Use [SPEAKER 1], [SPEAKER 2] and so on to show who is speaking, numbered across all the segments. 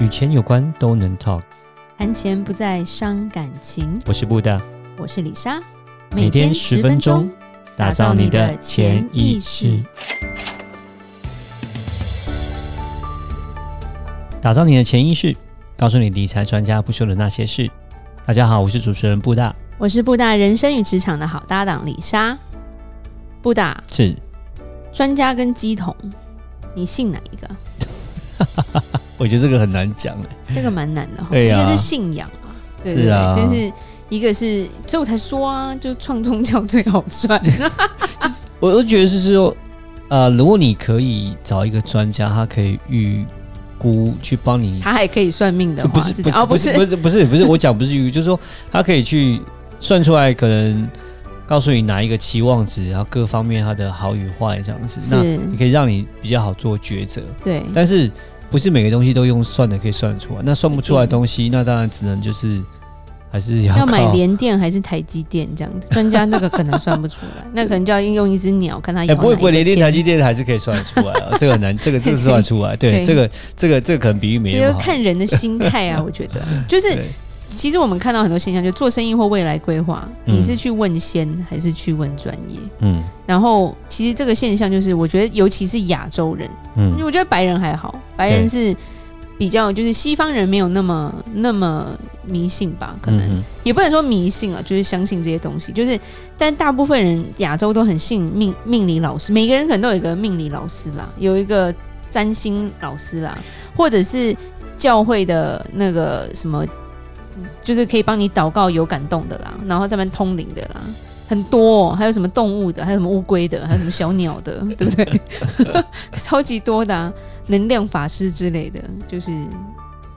[SPEAKER 1] 与钱有关都能 talk。
[SPEAKER 2] 谈钱不再伤感情。
[SPEAKER 1] 我是布大，
[SPEAKER 2] 我是李莎，
[SPEAKER 1] 每天十分钟，打造你的潜意识，打造你的潜意识，告诉你理财专家不说的那些事。大家好，我是主持人布大，
[SPEAKER 2] 我是布大人生与职场的好搭档李莎。布大
[SPEAKER 1] 是
[SPEAKER 2] 专家跟鸡桶，你信哪一个？
[SPEAKER 1] 我觉得这个很难讲哎，
[SPEAKER 2] 这个蛮难的哈，
[SPEAKER 1] 对啊
[SPEAKER 2] 一个是信仰啊，对对
[SPEAKER 1] 是啊
[SPEAKER 2] 对，就是一个是，所以我才说啊，就创宗教最好 赚。
[SPEAKER 1] 我都觉得是说，呃，如果你可以找一个专家，他可以预估去帮你
[SPEAKER 2] 他还可以算命的
[SPEAKER 1] 不
[SPEAKER 2] 话，
[SPEAKER 1] 是
[SPEAKER 2] 这样哦，
[SPEAKER 1] 不
[SPEAKER 2] 不
[SPEAKER 1] 是
[SPEAKER 2] 是，
[SPEAKER 1] 不是不是不是我讲不是预估，就是说他可以去算出来，可能告诉你哪一个期望值，然后各方面它的好与坏这样子，那
[SPEAKER 2] 是
[SPEAKER 1] 你可以让你比较好做抉择。
[SPEAKER 2] 对，
[SPEAKER 1] 但是不是每个东西都用算的可以算得出来？那算不出来的东西，那当然只能就是还是要
[SPEAKER 2] 要买
[SPEAKER 1] 靠
[SPEAKER 2] 联电还是台积电这样子？专家那个可能算不出 来，那可能就要用一只鸟看他
[SPEAKER 1] 哎、
[SPEAKER 2] 摇哪
[SPEAKER 1] 不会不会，
[SPEAKER 2] 一个
[SPEAKER 1] 连电台
[SPEAKER 2] 签
[SPEAKER 1] 积电还是可以算得出来 啊，这个很难，这个这个算得出来，对，
[SPEAKER 2] 对
[SPEAKER 1] 这个这个这个可能比喻没
[SPEAKER 2] 也
[SPEAKER 1] 那
[SPEAKER 2] 就
[SPEAKER 1] 么好，
[SPEAKER 2] 看人的心态 啊，我觉得就是
[SPEAKER 1] 对，
[SPEAKER 2] 其实我们看到很多现象，就做生意或未来规划，
[SPEAKER 1] 嗯
[SPEAKER 2] 你是去问先还是去问专业？
[SPEAKER 1] 嗯
[SPEAKER 2] 然后其实这个现象就是，我觉得尤其是亚洲人，因为
[SPEAKER 1] 嗯，
[SPEAKER 2] 我觉得白人还好，白人是比较就是西方人没有那么那么迷信吧，可能、
[SPEAKER 1] 嗯哼
[SPEAKER 2] 也不能说迷信啊，就是相信这些东西，就是但大部分人亚洲都很信命命理老师，每个人可能都有一个命理老师啦，有一个占星老师啦，或者是教会的那个什么，就是可以帮你祷告有感动的啦，然后这边通灵的啦。很多、哦，还有什么动物的，还有什么乌龟的，还有什么小鸟的，对不对？超级多的、啊，能量法师之类的，就是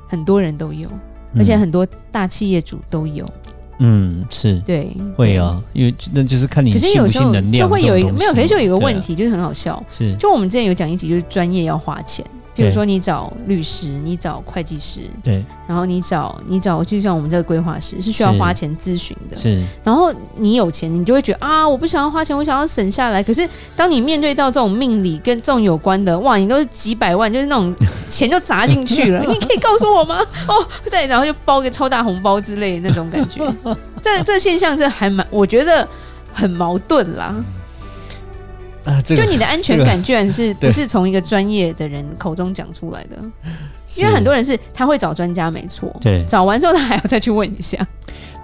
[SPEAKER 2] 很多人都有，而且很多大企业主都有。
[SPEAKER 1] 嗯嗯是。
[SPEAKER 2] 对，
[SPEAKER 1] 会啊，因为那就是看你
[SPEAKER 2] 对。可是
[SPEAKER 1] 信
[SPEAKER 2] 有
[SPEAKER 1] 不
[SPEAKER 2] 时
[SPEAKER 1] 信
[SPEAKER 2] 候
[SPEAKER 1] 能量
[SPEAKER 2] 就会有一
[SPEAKER 1] 这种
[SPEAKER 2] 个
[SPEAKER 1] 东西
[SPEAKER 2] 没有，可是就有一个
[SPEAKER 1] 对啊
[SPEAKER 2] 问题，就是很好笑。
[SPEAKER 1] 是，
[SPEAKER 2] 就我们之前有讲一集，就是专业要花钱，比
[SPEAKER 1] 对
[SPEAKER 2] 如说你找律师，你找会计师，
[SPEAKER 1] 对，
[SPEAKER 2] 然后你找你找，就像我们这个规划师是需要
[SPEAKER 1] 是
[SPEAKER 2] 花钱咨询的。
[SPEAKER 1] 是
[SPEAKER 2] 然后你有钱，你就会觉得啊，我不想要花钱，我想要省下来。可是当你面对到这种命理跟这种有关的，哇，你都是几百万，就是 那种钱就砸进去了。你可以告诉我吗？哦，对，然后就包个超大红包之类的那种感觉。这这现象这还蛮，我觉得很矛盾啦。
[SPEAKER 1] 啊，这个
[SPEAKER 2] 就你的安全感居然是
[SPEAKER 1] 对
[SPEAKER 2] 不是从一个专业的人口中讲出来的？
[SPEAKER 1] 是
[SPEAKER 2] 因为很多人是他会找专家，没错。
[SPEAKER 1] 对
[SPEAKER 2] 找完之后，他还要再去问一下，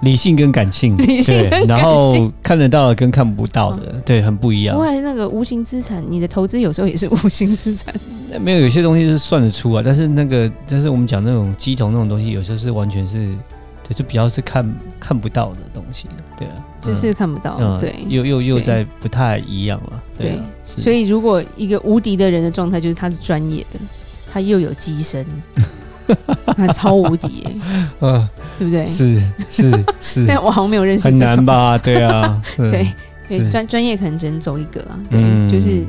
[SPEAKER 1] 理性跟感性，
[SPEAKER 2] 理性
[SPEAKER 1] 对
[SPEAKER 2] 跟感性嗯
[SPEAKER 1] 然后看得到的跟看不到的，对，很不一样
[SPEAKER 2] 不。然那个无形资产，你的投资有时候也是无形资产。
[SPEAKER 1] 没有有些东西是算得出啊，但是那个，但是我们讲那种鸡同那种东西，有时候是完全是，对，就比较是看看不到的东西，对啊，
[SPEAKER 2] 只是看不到，
[SPEAKER 1] 嗯
[SPEAKER 2] 对。
[SPEAKER 1] 又又又
[SPEAKER 2] 对
[SPEAKER 1] 在不太一样了，对啊，是
[SPEAKER 2] 所以如果一个无敌的人的状态就是他是专业的，他又有 机身，他超无敌耶、
[SPEAKER 1] 嗯，
[SPEAKER 2] 对不对？
[SPEAKER 1] 是是 是，
[SPEAKER 2] 但我好像没有认识
[SPEAKER 1] 很
[SPEAKER 2] 这种
[SPEAKER 1] 难？吧？对啊， 嗯
[SPEAKER 2] 对，所以
[SPEAKER 1] 是
[SPEAKER 2] 专专业可能只能走一个啦。对，
[SPEAKER 1] 嗯
[SPEAKER 2] 就是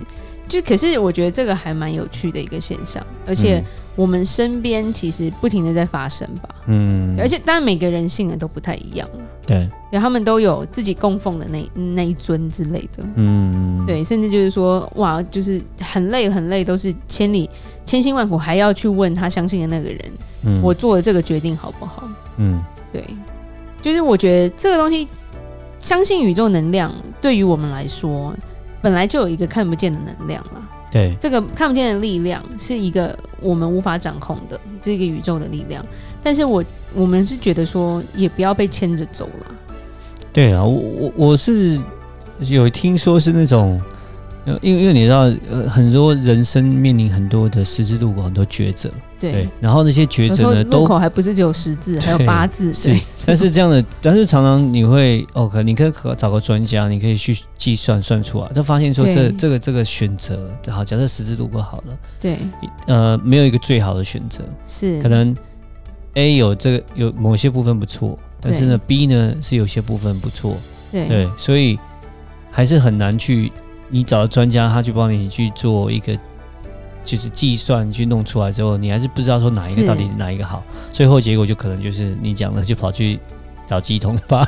[SPEAKER 2] 就可是我觉得这个还蛮有趣的一个现象，而且
[SPEAKER 1] 嗯
[SPEAKER 2] 我们身边其实不停的在发生吧。
[SPEAKER 1] 嗯，嗯
[SPEAKER 2] 而且当然每个人性格都不太一样了，
[SPEAKER 1] 对，
[SPEAKER 2] 对他们都有自己供奉的那那一尊之类的。
[SPEAKER 1] 嗯，
[SPEAKER 2] 对，甚至就是说，哇，就是很累很累，都是千里千辛万苦，还要去问他相信的那个人，
[SPEAKER 1] 嗯，
[SPEAKER 2] 我做的这个决定好不好？
[SPEAKER 1] 嗯。
[SPEAKER 2] 对，就是我觉得这个东西，相信宇宙能量，对于我们来说，本来就有一个看不见的能量啦。
[SPEAKER 1] 对，
[SPEAKER 2] 这个看不见的力量是一个我们无法掌控的，这个宇宙的力量。但是我我们是觉得说，也不要被牵着走啦。
[SPEAKER 1] 对啊，我我我是有听说是那种，呃因为因为你知道，呃，很多人生面临很多的十字路口，很多抉择，
[SPEAKER 2] 对，
[SPEAKER 1] 然后那些
[SPEAKER 2] 有
[SPEAKER 1] 抉
[SPEAKER 2] 时候
[SPEAKER 1] 择呢
[SPEAKER 2] 路
[SPEAKER 1] 都。
[SPEAKER 2] 口还不是只有十字，还有
[SPEAKER 1] 对
[SPEAKER 2] 八字，
[SPEAKER 1] 是
[SPEAKER 2] 对，
[SPEAKER 1] 但是这样的，但是常常你会哦，可能你可以找个专家，你可以去计算算出来，就发现说这
[SPEAKER 2] 对
[SPEAKER 1] 这个这个选择，好，假设十字路口好了，
[SPEAKER 2] 对，
[SPEAKER 1] 呃，没有一个最好的选择，
[SPEAKER 2] 是
[SPEAKER 1] 可能 A 有这个有某些部分不错，但是呢 B 呢是有些部分不错，
[SPEAKER 2] 对
[SPEAKER 1] 对，所以还是很难去你找专家，他去帮你去做一个就是计算，去弄出来之后，你还是不知道说哪一个
[SPEAKER 2] 是
[SPEAKER 1] 到底哪一个好，最后结果就可能就是你讲的就跑去找鸡同 吧。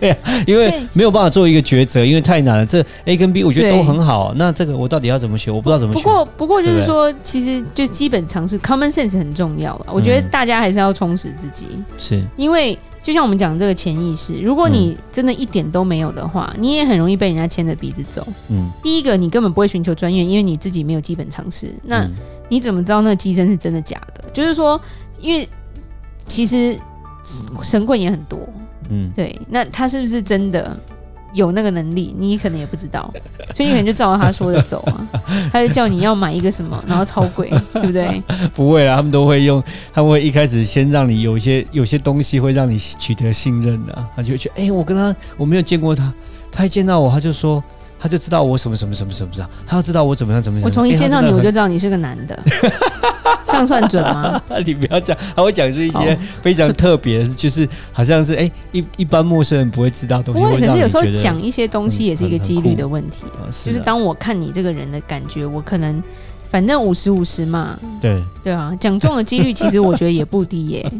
[SPEAKER 1] 对啊，因为
[SPEAKER 2] 所以
[SPEAKER 1] 没有办法做一个抉择，因为太难了。这 A 跟 B 我觉得
[SPEAKER 2] 对
[SPEAKER 1] 都很好，啊那这个我到底要怎么选？我不知道怎么
[SPEAKER 2] 不
[SPEAKER 1] 选。
[SPEAKER 2] 过，不过就
[SPEAKER 1] 对
[SPEAKER 2] 是
[SPEAKER 1] 不对
[SPEAKER 2] 说，其实就基本常识 （common sense） 很重要了。我觉
[SPEAKER 1] 嗯
[SPEAKER 2] 得大家还是要充实自己，
[SPEAKER 1] 是
[SPEAKER 2] 因为就像我们讲这个潜意识，如果
[SPEAKER 1] 嗯
[SPEAKER 2] 你真的一点都没有的话，你也很容易被人家牵着鼻子走。
[SPEAKER 1] 嗯，
[SPEAKER 2] 第一个，你根本不会寻求专业，因为你自己没有基本常识。那、
[SPEAKER 1] 嗯
[SPEAKER 2] 你怎么知道那个机身是真的假的？就是说，因为其实神棍也很多，
[SPEAKER 1] 嗯
[SPEAKER 2] 对，那他是不是真的有那个能力，你可能也不知道，所以你可能就照着他说的走 啊。他就叫你要买一个什么，然后超贵，对 不对？
[SPEAKER 1] 不会啦，他们都会用，他们会一开始先让你有一些有些东西会让你取得信任的、他就会觉得，哎、我跟他我没有见过他，他一见到我他就说，他就知道我什么什么什么什么什么，他要知道我怎么样怎么样。
[SPEAKER 2] 我从一
[SPEAKER 1] 诶
[SPEAKER 2] 见到你，我就
[SPEAKER 1] 他
[SPEAKER 2] 知道你是个男的，这样算 准吗？
[SPEAKER 1] 真的很啊你不要讲，他会讲出一
[SPEAKER 2] 好
[SPEAKER 1] 些非常特别，就是好像是哎、诶一一般陌生人不会知道的东
[SPEAKER 2] 不
[SPEAKER 1] 西，
[SPEAKER 2] 过，
[SPEAKER 1] 会
[SPEAKER 2] 可
[SPEAKER 1] 让
[SPEAKER 2] 是
[SPEAKER 1] 你
[SPEAKER 2] 有时候
[SPEAKER 1] 觉得
[SPEAKER 2] 讲一些东西也是一个
[SPEAKER 1] 嗯很
[SPEAKER 2] 几
[SPEAKER 1] 很
[SPEAKER 2] 率
[SPEAKER 1] 酷
[SPEAKER 2] 的问题，
[SPEAKER 1] 啊是
[SPEAKER 2] 就是
[SPEAKER 1] 啊
[SPEAKER 2] 当我看你这个人的感觉，我可能反正五十五十嘛，
[SPEAKER 1] 对。
[SPEAKER 2] 对啊，讲中的几率其实我觉得也不低耶。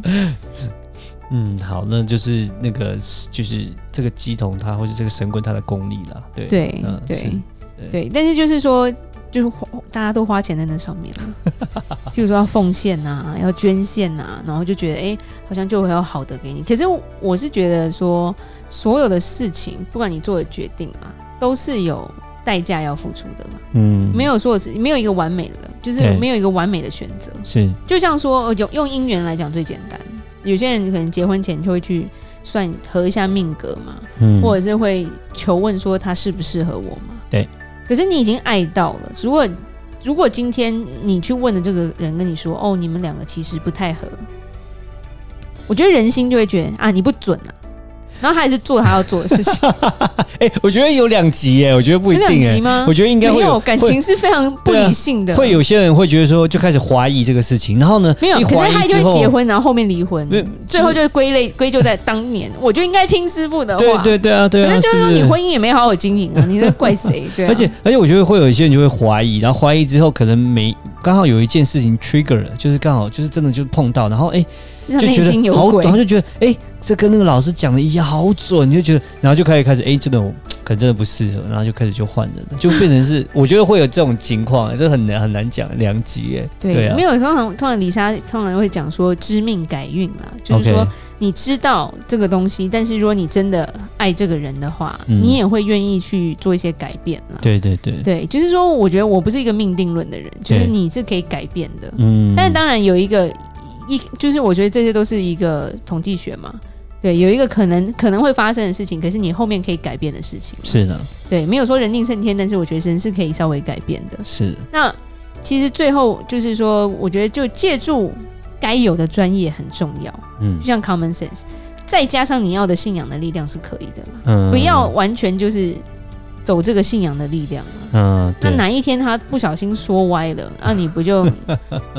[SPEAKER 1] 嗯，好，那就是那个就是这个鸡童他或是这个神棍他的功力啦，对
[SPEAKER 2] 对
[SPEAKER 1] 嗯是
[SPEAKER 2] 对对，但是就是说，就是花大家都花钱在那上面了， 譬如说要奉献呐、要捐献呐、然后就觉得哎、诶好像就会有好的给你。可是我是觉得说，所有的事情，不管你做的决定啊，都是有代价要付出的啦，
[SPEAKER 1] 嗯，
[SPEAKER 2] 没有说是没有一个完美的，就是
[SPEAKER 1] 对
[SPEAKER 2] 没有一个完美的选择。
[SPEAKER 1] 是
[SPEAKER 2] 就像说，呃有用姻缘来讲最简单，有些人可能结婚前就会去算合一下命格嘛，
[SPEAKER 1] 嗯
[SPEAKER 2] 或者是会求问说他适不适合我嘛。
[SPEAKER 1] 对。
[SPEAKER 2] 可是你已经爱到了，如果如果今天你去问的这个人跟你说，哦，你们两个其实不太合，我觉得人心就会觉得啊，你不准啊。然后他还是做他要做的事情，
[SPEAKER 1] 哎、我觉得有两极耶，我觉 得不一
[SPEAKER 2] 有两
[SPEAKER 1] 定
[SPEAKER 2] 集
[SPEAKER 1] 哎，
[SPEAKER 2] 吗
[SPEAKER 1] 我？觉得应该
[SPEAKER 2] 没
[SPEAKER 1] 会
[SPEAKER 2] 有，感情是非常不
[SPEAKER 1] 对啊
[SPEAKER 2] 理性的。
[SPEAKER 1] 会会有些人会觉得说就开始怀疑这个事情，然后呢，
[SPEAKER 2] 没有，
[SPEAKER 1] 一
[SPEAKER 2] 可
[SPEAKER 1] 怀
[SPEAKER 2] 是他
[SPEAKER 1] 疑
[SPEAKER 2] 就
[SPEAKER 1] 之
[SPEAKER 2] 会
[SPEAKER 1] 后，
[SPEAKER 2] 结婚，然后后面离婚
[SPEAKER 1] 没有，
[SPEAKER 2] 最后就归类归咎在当年，我就应该听师傅的话。
[SPEAKER 1] 对对对啊对
[SPEAKER 2] 可
[SPEAKER 1] 啊，
[SPEAKER 2] 是就是说
[SPEAKER 1] 不
[SPEAKER 2] 你婚姻也没好好经营啊，你在怪谁？对啊、
[SPEAKER 1] 而且而且我觉得会有一些人就会怀疑，然后怀疑之后可能没刚好有一件事情 trigger 了，就是刚好就是真的就碰到，然后哎、
[SPEAKER 2] 至少
[SPEAKER 1] 就
[SPEAKER 2] 内
[SPEAKER 1] 觉
[SPEAKER 2] 心
[SPEAKER 1] 得好
[SPEAKER 2] 有，鬼
[SPEAKER 1] 然。后就觉得哎、这跟那个老师讲的一样，好准，你就觉得，然后就开始开始哎、这种可能真的不适合，然后就开始就换人了，就变成是我觉得会有这种情况，这很难很难讲两极哎，
[SPEAKER 2] 对，
[SPEAKER 1] 啊
[SPEAKER 2] 没，有通常通常李莎通常会讲说知命改运啦，就是
[SPEAKER 1] OK，
[SPEAKER 2] 说你知道这个东西，但是如果你真的爱这个人的话，
[SPEAKER 1] 嗯
[SPEAKER 2] 你也会愿意去做一些改变啦。
[SPEAKER 1] 对对对，
[SPEAKER 2] 对，就是说，我觉得我不是一个命定论的人，就是
[SPEAKER 1] 对
[SPEAKER 2] 你是可以改变的。
[SPEAKER 1] 嗯
[SPEAKER 2] 但是当然有一个一，就是我觉得这些都是一个统计学嘛，对，有一个可能可能会发生的事情，可是你后面可以改变的事情，
[SPEAKER 1] 是的，
[SPEAKER 2] 对，没有说人定胜天，但是我觉得人是可以稍微改变的。
[SPEAKER 1] 是
[SPEAKER 2] 那其实最后就是说，我觉得就借助该有的专业很重要，
[SPEAKER 1] 嗯
[SPEAKER 2] 就像 common sense，再加上你要的信仰的力量是可以的啦，
[SPEAKER 1] 嗯
[SPEAKER 2] 不要完全就是走这个信仰的力量啊。
[SPEAKER 1] 嗯，
[SPEAKER 2] 那
[SPEAKER 1] 对
[SPEAKER 2] 哪一天他不小心说 歪了，那、你不就，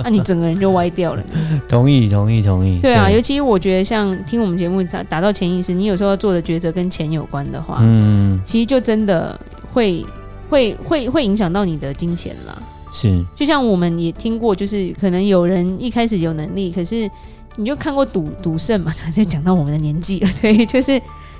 [SPEAKER 2] 那、你整个人就歪掉了。
[SPEAKER 1] 同意同意同意，
[SPEAKER 2] 对啊，尤其我觉得像听我们节目打打到潜意识，你有时候做的抉择跟钱有关的话，
[SPEAKER 1] 嗯
[SPEAKER 2] 其实就真的会会会会影响到你的金钱啦。
[SPEAKER 1] 是
[SPEAKER 2] 就像我们也听过，就是可能有人一开始有能力，可是你就看过赌赌圣嘛，在讲到我们的年纪了，对，就是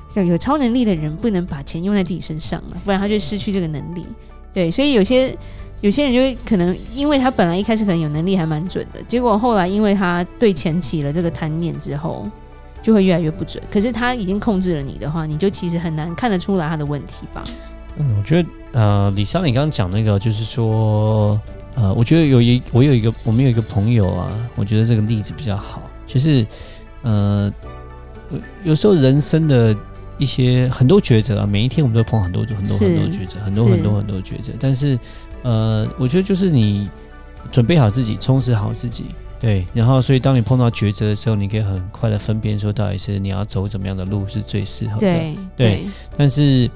[SPEAKER 2] 像有超能力的人不能把钱用在自己身上了，不然他就失去这个能力。对，所以有些有些人就会可能因为他本来一开始可能有能力还蛮准的，结果后来因为他对钱起了这个贪念之后。就会越来越不准。可是他已经控制了你的话，你就其实很难看得出来他的问题吧？
[SPEAKER 1] 嗯，我觉得呃，李莎，你刚刚讲那个，就是说，呃，我觉得有一我有一个我们有一个朋友啊，我觉得这个例子比较好，就是呃，有有时候人生的一些很多抉择啊，每一天我们都碰很多很多
[SPEAKER 2] 是
[SPEAKER 1] 很多抉择，很多
[SPEAKER 2] 是
[SPEAKER 1] 很多很多抉择，但是呃，我觉得就是你准备好自己，充实好自己。对，然后所以当你碰到抉择的时候，你可以很快的分辨说，到底是你要走怎么样的路是最适合的。
[SPEAKER 2] 对
[SPEAKER 1] 对但是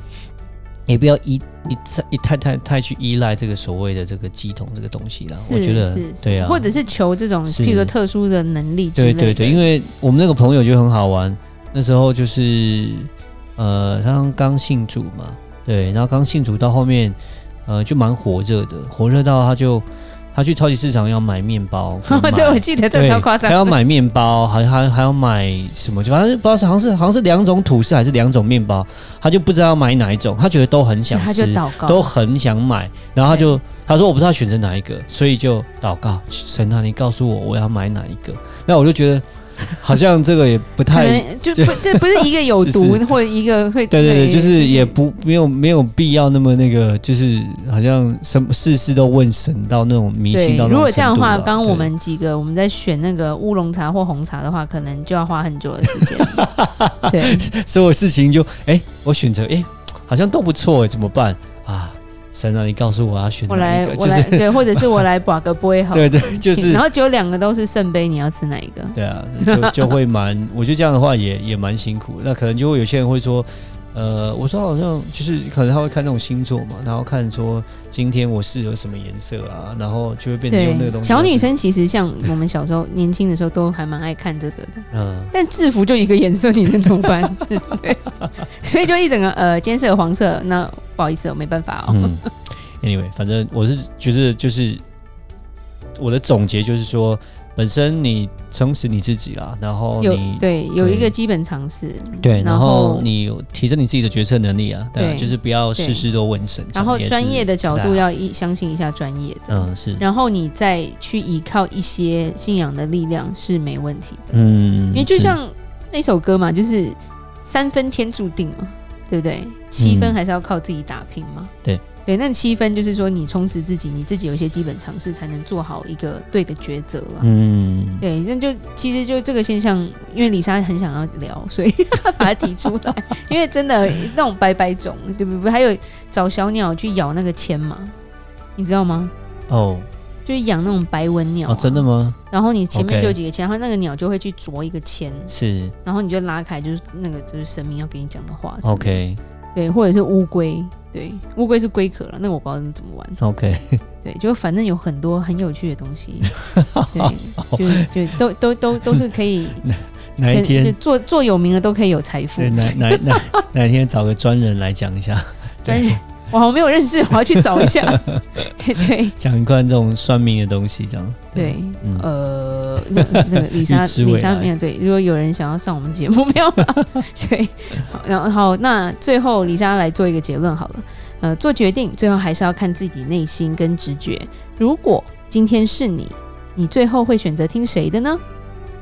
[SPEAKER 1] 也不要依一再一太太太去依赖这个所谓的这个鸡桶这个东西啦。
[SPEAKER 2] 是
[SPEAKER 1] 我觉得
[SPEAKER 2] 是是
[SPEAKER 1] 对啊，
[SPEAKER 2] 或者是求这种，
[SPEAKER 1] 是
[SPEAKER 2] 譬如说特殊的能力之类
[SPEAKER 1] 对对
[SPEAKER 2] 的。，
[SPEAKER 1] 对，因为我们那个朋友就很好玩，那时候就是呃，他刚信主嘛，对，然后刚信主到后面呃就蛮火热的，火热到他就他去超级市场要买面包 跟
[SPEAKER 2] 对，
[SPEAKER 1] 买
[SPEAKER 2] 我记得这个超夸张
[SPEAKER 1] 还
[SPEAKER 2] 的，
[SPEAKER 1] 要买面包，还还还要买什么？就反正不知道是好像是好像是两种吐司还是两种面包，他就不知道要买哪一种，他觉得都很
[SPEAKER 2] 所
[SPEAKER 1] 想
[SPEAKER 2] 以他就
[SPEAKER 1] 吃，
[SPEAKER 2] 祷告，
[SPEAKER 1] 都很想买，然后他就他说我不知道选择哪一个，所以就祷告神啊，你告诉我我要买哪一个。那我就觉得好像这个也不
[SPEAKER 2] 可
[SPEAKER 1] 太。
[SPEAKER 2] 能就不这不是一个有毒或者一个 会
[SPEAKER 1] 对对对，就是也不没有没有必要那么那个，就是好像什么事事都问神到那种迷信
[SPEAKER 2] 对
[SPEAKER 1] 到。那种程度啊。
[SPEAKER 2] 如果这样的话，刚刚
[SPEAKER 1] 对
[SPEAKER 2] 我们几个我们在选那个乌龙茶或红茶的话，可能就要花很久的 时间。对，
[SPEAKER 1] 所有事情就哎、我选择哎、好像都不错哎，怎么办啊？神啊，你告诉我要选
[SPEAKER 2] 我
[SPEAKER 1] 哪 一
[SPEAKER 2] 来
[SPEAKER 1] 个？
[SPEAKER 2] 我
[SPEAKER 1] 就
[SPEAKER 2] 来
[SPEAKER 1] 是
[SPEAKER 2] 对，或者是我来把个杯好。
[SPEAKER 1] 对对，就
[SPEAKER 2] 请
[SPEAKER 1] 是
[SPEAKER 2] 然后只有两个都是圣杯，你要吃哪一个？
[SPEAKER 1] 对啊，就就会蛮，我觉得这样的话也也蛮辛苦。那可能就会有些人会说，呃，我说好像就是可能他会看那种星座嘛，然后看说今天我适合什么颜色啊，然后就会变成用那个东西。
[SPEAKER 2] 小女，生其实像我们小时候年轻的时候都还蛮爱看这个的，
[SPEAKER 1] 嗯，
[SPEAKER 2] 但制服就一个颜色，你能怎 么办？对，所以就一整个呃，今天是有黄色，那不好意思，我没办法哦。
[SPEAKER 1] 嗯，anyway，反正我是觉得就是我的总结就是说，本身你充实你自己啦，然后
[SPEAKER 2] 有
[SPEAKER 1] 哦你
[SPEAKER 2] 对有一个
[SPEAKER 1] 对
[SPEAKER 2] 基本常识，
[SPEAKER 1] 对，
[SPEAKER 2] 然
[SPEAKER 1] 然后
[SPEAKER 2] 后
[SPEAKER 1] 你有提升你自己的决策能力啊，对啊，
[SPEAKER 2] 对
[SPEAKER 1] 就是不要事事都问神，
[SPEAKER 2] 然后专业
[SPEAKER 1] 的，
[SPEAKER 2] 的角度
[SPEAKER 1] 对
[SPEAKER 2] 要一相信一下专业的，
[SPEAKER 1] 嗯，是，
[SPEAKER 2] 然后你再去依靠一些信仰的力量是没问题的，
[SPEAKER 1] 嗯，
[SPEAKER 2] 因为就像那首歌嘛，就是三分天注定嘛，对不对？七分
[SPEAKER 1] 嗯
[SPEAKER 2] 还是要靠自己打拼嘛。
[SPEAKER 1] 对
[SPEAKER 2] 对，那七分就是说你充实自己，你自己有一些基本常识，才能做好一个对的抉择啊。
[SPEAKER 1] 是，嗯，
[SPEAKER 2] 对，那就其实就这个现象，因为李莎很想要聊，所以 把它提出来。因为真的那种白白种，对不对？还有找小鸟去咬那个铅嘛，你知道吗？
[SPEAKER 1] 哦，
[SPEAKER 2] 就是养那种白纹鸟、
[SPEAKER 1] 哦，真的。吗？
[SPEAKER 2] 然后你前面
[SPEAKER 1] OK
[SPEAKER 2] 就有几个铅，然后那个鸟就会去啄一个铅，
[SPEAKER 1] 是
[SPEAKER 2] 然后你就拉开，就是那个就是神明要给你讲的话之类的。
[SPEAKER 1] ，OK，OK，、
[SPEAKER 2] 对，或者是乌龟，对，乌龟是龟壳了，那个我不知道怎么玩。对，就反正有很多很有趣的东 西，对，就就都都都都是可以
[SPEAKER 1] 哪一
[SPEAKER 2] 就
[SPEAKER 1] 天？
[SPEAKER 2] 做做有名的都可以有财富
[SPEAKER 1] 对，。哪哪 哪哪一天找个专人来讲一下，
[SPEAKER 2] 但 是我好像没有认识，我要去找一 下。对
[SPEAKER 1] 讲一段这种算命的东西，这样。
[SPEAKER 2] 对，
[SPEAKER 1] 嗯，
[SPEAKER 2] 呃，那那个李 莎
[SPEAKER 1] 预，知未
[SPEAKER 2] 李莎
[SPEAKER 1] 来
[SPEAKER 2] 没有对。如果有人想要上我们节目，没 有啦？对，好然后好，那最后李莎来做一个结论好了。呃，做决定最后还是要看自己内心跟直觉。如果今天是你，你最后会选择听谁的呢？